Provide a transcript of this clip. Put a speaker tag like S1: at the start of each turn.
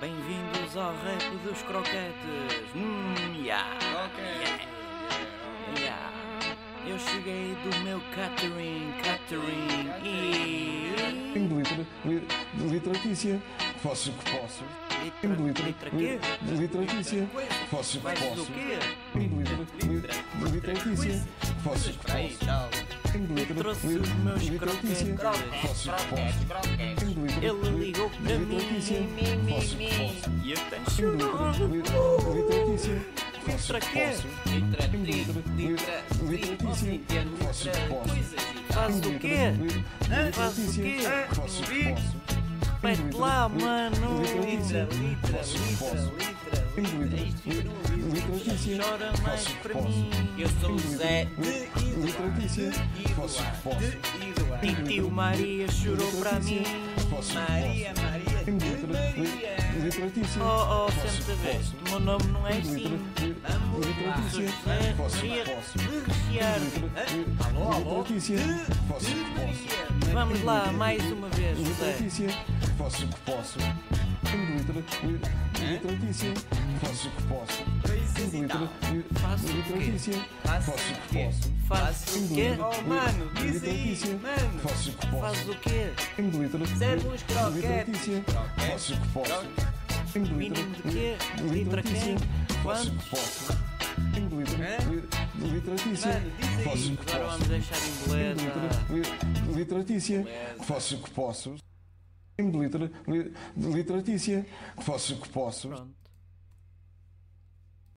S1: Bem-vindos ao rap dos croquetes. Hum, yeah.
S2: Ok.
S1: Yeah. yeah. Eu cheguei do meu catering, catering e.
S3: Tenho de litera, li- de literatícia. Posso o que posso. Tenho de litera,
S1: Litra quê?
S3: li- de literatícia. Posso o que
S1: Mais do
S3: posso.
S1: quê?
S3: Tenho de litera, li- de literatícia. Posso o que
S2: Aí,
S3: posso.
S2: tal.
S3: Tenho de litera,
S1: Trouxe
S3: li-
S1: os meus
S3: de literatícia.
S1: croquetes.
S3: Posso o que posso. Tenho de litera,
S1: Ele
S3: li-
S1: ligou
S3: de
S1: para mim,
S3: literatícia.
S1: mim, mim,
S3: Posso o que
S1: mim.
S3: posso.
S1: E eu tenho
S3: Tenho de
S1: chorado.
S3: litera, li- de literatícia. Posso o
S1: Litra
S3: que
S1: quê?
S3: posso.
S2: Litra,
S3: Tenho de
S2: tri,
S3: litera, li-
S2: litra, tri,
S3: de
S2: posso
S3: literatícia.
S2: meter
S3: Posso o
S2: litra,
S3: que posso.
S2: coisas e tal.
S1: Faz o quê? Hã? Faz o
S3: Posso
S1: quê?
S3: Posso posso.
S1: Pede lá, mano.
S2: Litra, litra,
S3: Posso, posso.
S2: litra, litra, litra. Isto virou um litro.
S3: Literatícia.
S1: Chora mais
S3: Posso,
S1: para
S3: posso.
S1: mim.
S2: Eu sou o Zé de Idoar,
S3: Literatícia.
S2: de
S3: Posso,
S2: Idoar,
S3: posso.
S2: de Idoar.
S1: E tio Maria chorou para mim.
S3: Posso,
S2: Maria,
S3: posso.
S2: Maria, de Maria.
S3: Literatícia.
S1: Oh, oh,
S3: Posso,
S1: senta a ver.
S3: posso.
S1: O meu nome não é assim.
S3: Literatícia.
S1: José
S3: Posso,
S1: Maria
S3: posso.
S1: de Riardo.
S2: Alô, alô,
S3: Literatícia. Posso, posso.
S2: Maria,
S1: Vamos lá, mais uma vez, José.
S3: Literatícia. Posso que posso. Literatícia. Posso que posso.
S2: coisas e tal.
S1: Faço o quê?
S3: Literatícia.
S2: Faço
S3: Posso
S2: o
S3: que
S2: quê?
S3: posso.
S1: Faz o quê?
S2: Oh, mano, diz aí,
S3: Literatícia.
S2: mano.
S3: Faço o que
S1: Faz
S3: posso.
S1: o quê?
S3: Tenho de litera-
S2: Serve uns croquetes.
S3: Literatícia.
S2: Croquetes.
S3: Faço o que posso. Tenho de litera-
S1: Mínimo de quê?
S3: li-
S1: Litra quem?
S3: literatícia. Faço o
S1: Quantos?
S3: que posso. Tenho de litera- li- literatícia.
S2: Mano, diz aí.
S3: Faço o que
S1: Agora
S3: posso.
S1: vamos tá. deixar em
S3: Tenho de
S1: beleza.
S3: litera- li- Literatícia. Faço o que posso. Tenho de litera- li- literatícia. Faço o que posso.
S1: Pronto.